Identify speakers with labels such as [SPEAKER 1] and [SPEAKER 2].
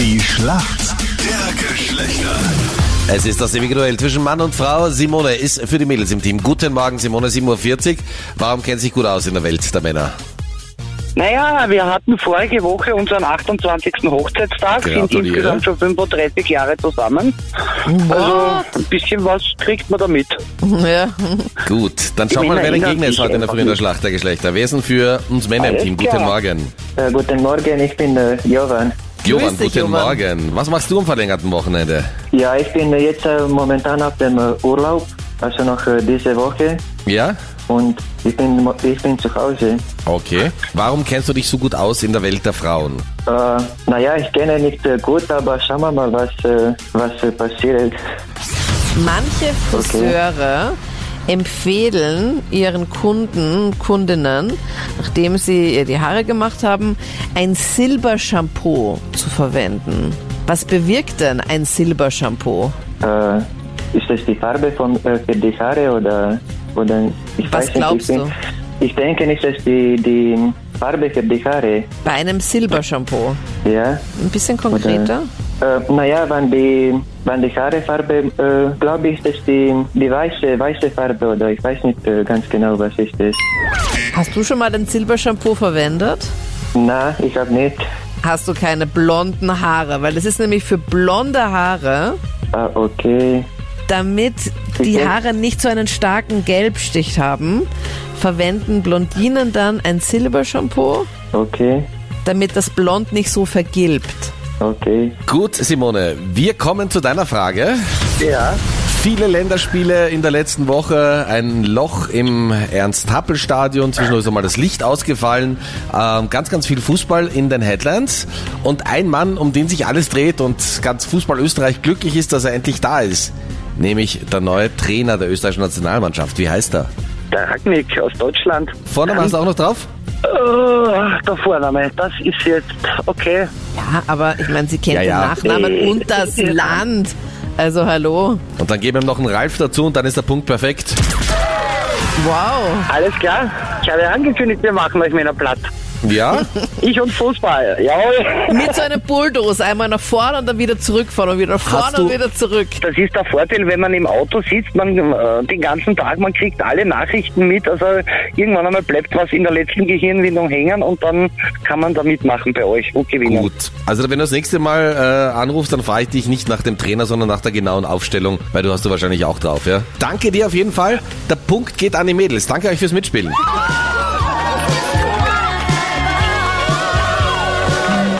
[SPEAKER 1] Schlacht der Geschlechter.
[SPEAKER 2] Es ist das ewige Duell zwischen Mann und Frau. Simone ist für die Mädels im Team. Guten Morgen, Simone, 7.40 Uhr. Warum kennt sich gut aus in der Welt der Männer?
[SPEAKER 3] Naja, wir hatten vorige Woche unseren 28. Hochzeitstag, sind
[SPEAKER 2] Gratuliere.
[SPEAKER 3] insgesamt schon 35 Jahre zusammen. Also ein bisschen was kriegt man da mit.
[SPEAKER 4] Ja.
[SPEAKER 2] Gut, dann schauen wir mal,
[SPEAKER 3] Männer
[SPEAKER 2] wer der
[SPEAKER 3] erinnern
[SPEAKER 2] Gegner ist
[SPEAKER 3] sich
[SPEAKER 2] heute in der
[SPEAKER 3] einfach
[SPEAKER 2] Früh in der
[SPEAKER 3] nicht.
[SPEAKER 2] Schlacht der Geschlechter. Wer ist denn für uns Männer im
[SPEAKER 3] Alles
[SPEAKER 2] Team? Guten
[SPEAKER 3] klar.
[SPEAKER 2] Morgen.
[SPEAKER 5] Äh, guten Morgen, ich bin äh, Jovan.
[SPEAKER 2] Johann,
[SPEAKER 4] dich,
[SPEAKER 2] guten
[SPEAKER 4] Johann.
[SPEAKER 2] Morgen. Was machst du am verlängerten Wochenende?
[SPEAKER 5] Ja, ich bin äh, jetzt äh, momentan auf dem äh, Urlaub, also noch äh, diese Woche.
[SPEAKER 2] Ja?
[SPEAKER 5] Und ich bin, mo- ich bin zu Hause.
[SPEAKER 2] Okay. Warum kennst du dich so gut aus in der Welt der Frauen?
[SPEAKER 5] Äh, naja, ich kenne nicht äh, gut, aber schauen wir mal, was, äh, was äh, passiert.
[SPEAKER 4] Manche Friseure empfehlen ihren Kunden, Kundinnen, nachdem sie ihr die Haare gemacht haben, ein Silbershampoo zu verwenden. Was bewirkt denn ein Silbershampoo?
[SPEAKER 5] Äh, ist das die Farbe von, äh, für die Haare oder, oder ich
[SPEAKER 4] Was
[SPEAKER 5] weiß
[SPEAKER 4] glaubst
[SPEAKER 5] nicht. Ich,
[SPEAKER 4] du?
[SPEAKER 5] bin, ich denke, ist das die, die Farbe für die Haare,
[SPEAKER 4] Bei einem Silbershampoo.
[SPEAKER 5] ja?
[SPEAKER 4] Ein bisschen
[SPEAKER 5] Oder-
[SPEAKER 4] konkreter.
[SPEAKER 5] Äh, naja, wenn die, wenn die Haarefarbe, äh, glaube ich, das ist die, die weiße, weiße Farbe oder ich weiß nicht äh, ganz genau, was ist das.
[SPEAKER 4] Hast du schon mal ein Silbershampoo verwendet?
[SPEAKER 5] Na, ich habe nicht.
[SPEAKER 4] Hast du keine blonden Haare? Weil es ist nämlich für blonde Haare
[SPEAKER 5] Ah, okay.
[SPEAKER 4] Damit die
[SPEAKER 5] Mhm.
[SPEAKER 4] Haare nicht so einen starken Gelbstich haben, verwenden Blondinen dann ein Silbershampoo,
[SPEAKER 5] Okay.
[SPEAKER 4] damit das Blond nicht so vergilbt.
[SPEAKER 5] Okay.
[SPEAKER 2] Gut, Simone, wir kommen zu deiner Frage.
[SPEAKER 3] Ja.
[SPEAKER 2] Viele Länderspiele in der letzten Woche, ein Loch im Ernst-Happel-Stadion, zwischendurch ist einmal das Licht ausgefallen, ähm, ganz, ganz viel Fußball in den Headlines und ein Mann, um den sich alles dreht und ganz Fußball Österreich glücklich ist, dass er endlich da ist, nämlich der neue Trainer der österreichischen Nationalmannschaft. Wie heißt er?
[SPEAKER 3] Der Ragnick aus Deutschland.
[SPEAKER 2] Vorname hast du auch noch drauf?
[SPEAKER 3] Oh, der Vorname, das ist jetzt okay.
[SPEAKER 4] Ja, aber ich meine, sie kennt
[SPEAKER 2] Ja,
[SPEAKER 4] den
[SPEAKER 2] ja.
[SPEAKER 4] Nachnamen und das Land. Also hallo.
[SPEAKER 2] Und dann geben wir ihm noch einen Ralf dazu und dann ist der Punkt perfekt.
[SPEAKER 4] Wow.
[SPEAKER 3] Alles klar. Ich habe angekündigt, wir machen euch Männer platt.
[SPEAKER 2] Ja?
[SPEAKER 3] Ich und Fußball. Jawohl.
[SPEAKER 4] Mit so einem Bulldoze einmal nach vorne und dann wieder zurückfahren und wieder nach vorne
[SPEAKER 2] du-
[SPEAKER 4] und wieder zurück.
[SPEAKER 3] Das ist der Vorteil, wenn man im Auto sitzt, man äh, den ganzen Tag, man kriegt alle Nachrichten mit. Also irgendwann einmal bleibt was in der letzten Gehirnwindung hängen und dann kann man da mitmachen bei euch und gewinnen.
[SPEAKER 2] Gut. Also wenn du das nächste Mal äh, anrufst, dann frage ich dich nicht nach dem Trainer, sondern nach der genauen Aufstellung, weil du hast du wahrscheinlich auch drauf, ja? Danke dir auf jeden Fall. Der Punkt geht an die Mädels. Danke euch fürs Mitspielen.